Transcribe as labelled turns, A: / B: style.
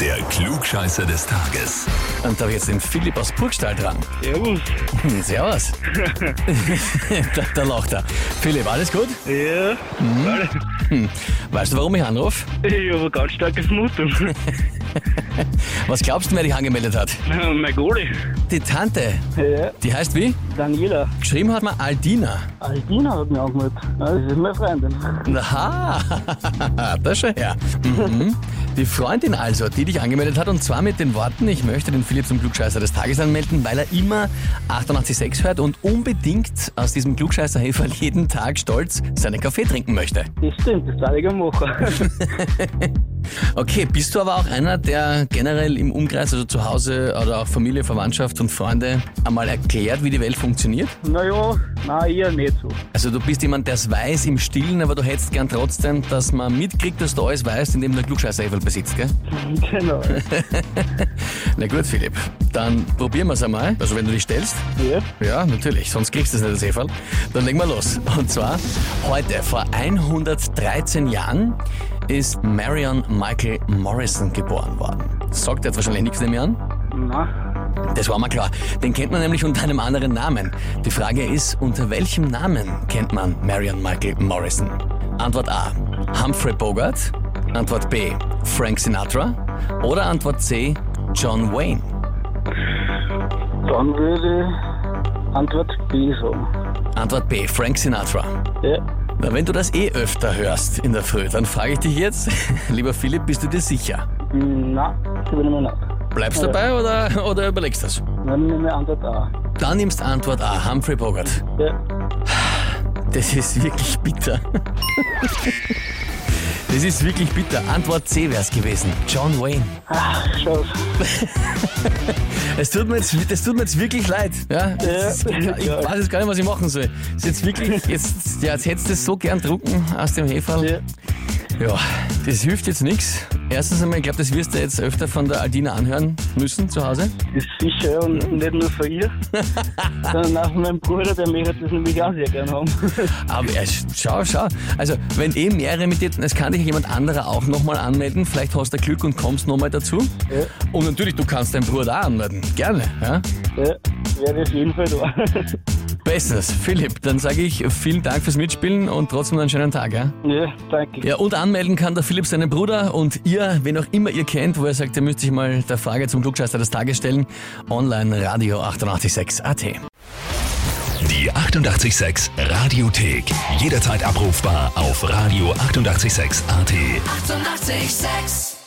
A: Der Klugscheißer des Tages.
B: Und da habe ich jetzt den Philipp aus Burgstall dran.
C: Servus.
B: Hm, Servus. da, da lacht er. Philipp, alles gut?
C: Ja,
B: Weißt du, warum ich anrufe?
C: ich habe eine ganz starke Vermutung.
B: Was glaubst du, wer dich angemeldet hat?
C: mein Goalie.
B: Die Tante.
C: Ja,
B: Die heißt wie?
C: Daniela.
B: Geschrieben hat man Aldina.
C: Aldina hat mich angemeldet. Ja, Das ist meine Freundin.
B: Aha, das schon her. Mhm. Die Freundin also, die dich angemeldet hat, und zwar mit den Worten, ich möchte den Philipp zum Klugscheißer des Tages anmelden, weil er immer 88.6 hört und unbedingt aus diesem Klugscheißerhefer jeden Tag stolz seinen Kaffee trinken möchte.
C: Das stimmt, das darf ich ja machen.
B: Okay, bist du aber auch einer, der generell im Umkreis, also zu Hause oder auch Familie, Verwandtschaft und Freunde, einmal erklärt, wie die Welt funktioniert?
C: naja, nein, eher nicht so.
B: Also du bist jemand, der es weiß im Stillen, aber du hättest gern trotzdem, dass man mitkriegt, dass du alles weißt, indem du einen Klugscheißerhefer besitzt, gell?
C: Genau.
B: Na gut, Philipp, dann probieren wir es einmal. Also wenn du dich stellst.
C: Ja,
B: Ja, natürlich, sonst kriegst du es nicht, das Heferl. Dann legen wir los. Und zwar, heute, vor 113 Jahren, ist Marion Michael Morrison geboren worden. Sagt jetzt wahrscheinlich nichts mehr an.
C: nein.
B: Das war mal klar. Den kennt man nämlich unter einem anderen Namen. Die Frage ist, unter welchem Namen kennt man Marion Michael Morrison? Antwort A. Humphrey Bogart. Antwort B. Frank Sinatra. Oder Antwort C. John Wayne.
C: Dann würde ich Antwort B sagen.
B: Antwort B, Frank Sinatra.
C: Ja,
B: Na, wenn du das eh öfter hörst in der Früh, dann frage ich dich jetzt, lieber Philipp, bist du dir sicher?
C: nein, ich bin immer nicht.
B: Bleibst dabei oder, oder überlegst das?
C: Dann nehme ich Antwort A.
B: Dann nimmst Antwort A, Humphrey Bogart.
C: Ja,
B: Das ist wirklich bitter. Das ist wirklich bitter. Antwort C wäre es gewesen. John Wayne.
C: schau.
B: Es tut mir jetzt, das tut mir jetzt wirklich leid. Ja, Es ist- ich
C: ja.
B: weiß jetzt gar nicht, was ich machen soll. Es Ist jetzt wirklich, jetzt, ja, jetzt hättest du es so gern drucken aus dem Heferl.
C: Ja,
B: Ja, das hilft jetzt nichts. Erstens einmal, ich glaube, das wirst du jetzt öfter von der Aldina anhören müssen zu Hause.
C: ist sicher ja, und nicht nur von ihr, sondern auch von meinem Bruder, der möchte das nämlich auch sehr gern haben.
B: Aber ja, sch- schau, schau. Also, wenn eh mehrere mit dir, es kann dich jemand anderer auch nochmal anmelden. Vielleicht hast du Glück und kommst nochmal dazu.
C: Ja.
B: Und natürlich, du kannst deinen Bruder auch anmelden. Gerne. Ja?
C: Ja, werde ich auf jeden Fall da.
B: Bestens, Philipp. Dann sage ich vielen Dank fürs Mitspielen und trotzdem noch einen schönen Tag. Ja?
C: ja, danke.
B: ja, und anmelden kann der Philipp seinen Bruder und ihr, wen auch immer ihr kennt, wo er sagt, ihr müsst sich mal der Frage zum Klugscheißer des Tages stellen. Online Radio 886 AT.
A: Die 886 Radiothek. Jederzeit abrufbar auf radio886.at. 886!
D: Eighty-eight, sex.